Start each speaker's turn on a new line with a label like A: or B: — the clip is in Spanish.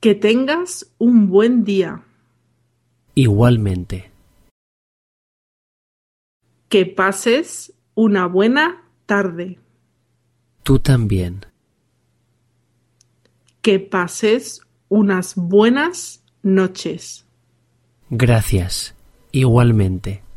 A: Que tengas un buen día.
B: Igualmente.
A: Que pases una buena tarde.
B: Tú también.
A: Que pases unas buenas noches.
B: Gracias. Igualmente.